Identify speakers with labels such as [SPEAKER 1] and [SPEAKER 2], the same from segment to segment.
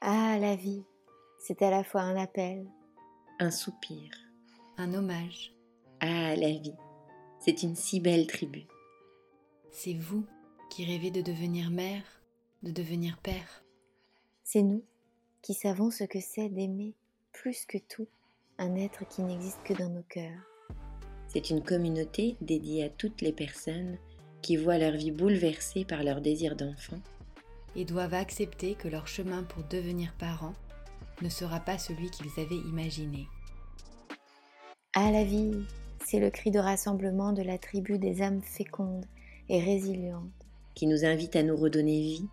[SPEAKER 1] Ah, la vie, c'est à la fois un appel,
[SPEAKER 2] un soupir.
[SPEAKER 3] un hommage.
[SPEAKER 2] Ah, la vie, c'est une si belle tribu.
[SPEAKER 3] C'est vous qui rêvez de devenir mère, de devenir père.
[SPEAKER 1] c'est nous qui savons ce que c'est d'aimer plus que tout un être qui n'existe que dans nos cœurs.
[SPEAKER 2] C'est une communauté dédiée à toutes les personnes qui voient leur vie bouleversée par leur désir d'enfant.
[SPEAKER 3] et doivent accepter que leur chemin pour devenir parents ne sera pas celui qu'ils avaient imaginé.
[SPEAKER 1] Ah, la vie, c'est le cri de rassemblement de la tribu des âmes fécondes et résilientes.
[SPEAKER 2] qui nous invite à nous redonner vie.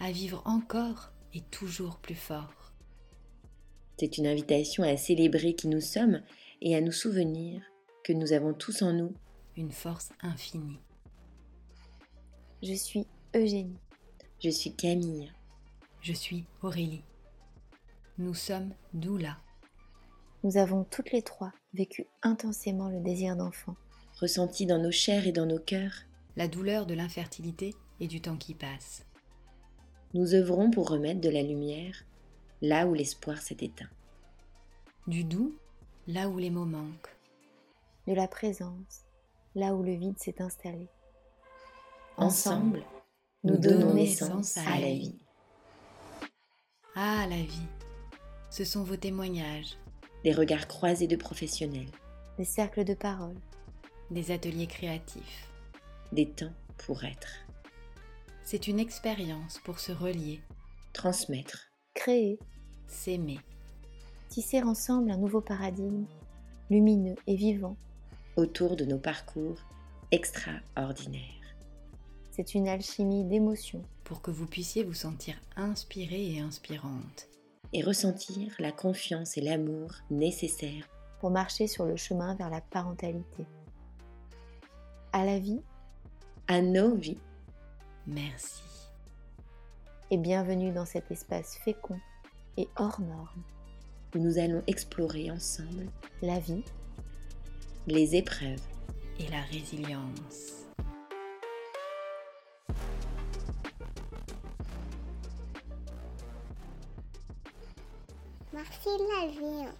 [SPEAKER 3] À vivre encore et toujours plus fort.
[SPEAKER 2] C'est une invitation à célébrer qui nous sommes et à nous souvenir que nous avons tous en nous
[SPEAKER 3] Une force infinie.
[SPEAKER 1] Je suis Eugénie.
[SPEAKER 2] Je suis Camille.
[SPEAKER 3] Je suis Aurélie. Nous sommes doula.
[SPEAKER 1] Nous avons toutes les trois vécu intensément le désir d'enfant.
[SPEAKER 2] Ressentie dans nos chairs et dans nos cœurs,
[SPEAKER 3] La douleur de l'infertilité et du temps qui passe.
[SPEAKER 2] nous œuvrons pour remettre de la lumière là où l'espoir s'est éteint.
[SPEAKER 3] Du doux, là où les mots manquent.
[SPEAKER 1] de la présence, là où le vide s'est installé.
[SPEAKER 2] Ensemble,
[SPEAKER 1] nous
[SPEAKER 2] nous donnons
[SPEAKER 1] donnons
[SPEAKER 2] naissance à la vie.
[SPEAKER 3] Ah, la vie. Ce sont vos témoignages,
[SPEAKER 2] Des regards croisés de professionnels,
[SPEAKER 1] des cercles de parole,
[SPEAKER 3] des ateliers créatifs.
[SPEAKER 2] des temps pour être,
[SPEAKER 3] C'est une expérience pour se relier,
[SPEAKER 2] transmettre,
[SPEAKER 1] créer,
[SPEAKER 3] s'aimer.
[SPEAKER 1] tisser ensemble un nouveau paradigme, lumineux et vivant.
[SPEAKER 2] autour de nos parcours extraordinaires.
[SPEAKER 1] C'est une alchimie d'émotions,
[SPEAKER 3] pour que vous puissiez vous sentir inspiré et inspirante.
[SPEAKER 2] Et ressentir la confiance et l'amour nécessaires
[SPEAKER 1] pour marcher sur le chemin vers la parentalité. À la vie
[SPEAKER 2] à nos vies.
[SPEAKER 3] Merci.
[SPEAKER 1] et bienvenue dans cet espace fécond et hors norme.
[SPEAKER 2] où nous allons explorer ensemble
[SPEAKER 1] La vie,
[SPEAKER 2] les épreuves.
[SPEAKER 3] Et la résilience.
[SPEAKER 4] Merci de la vie.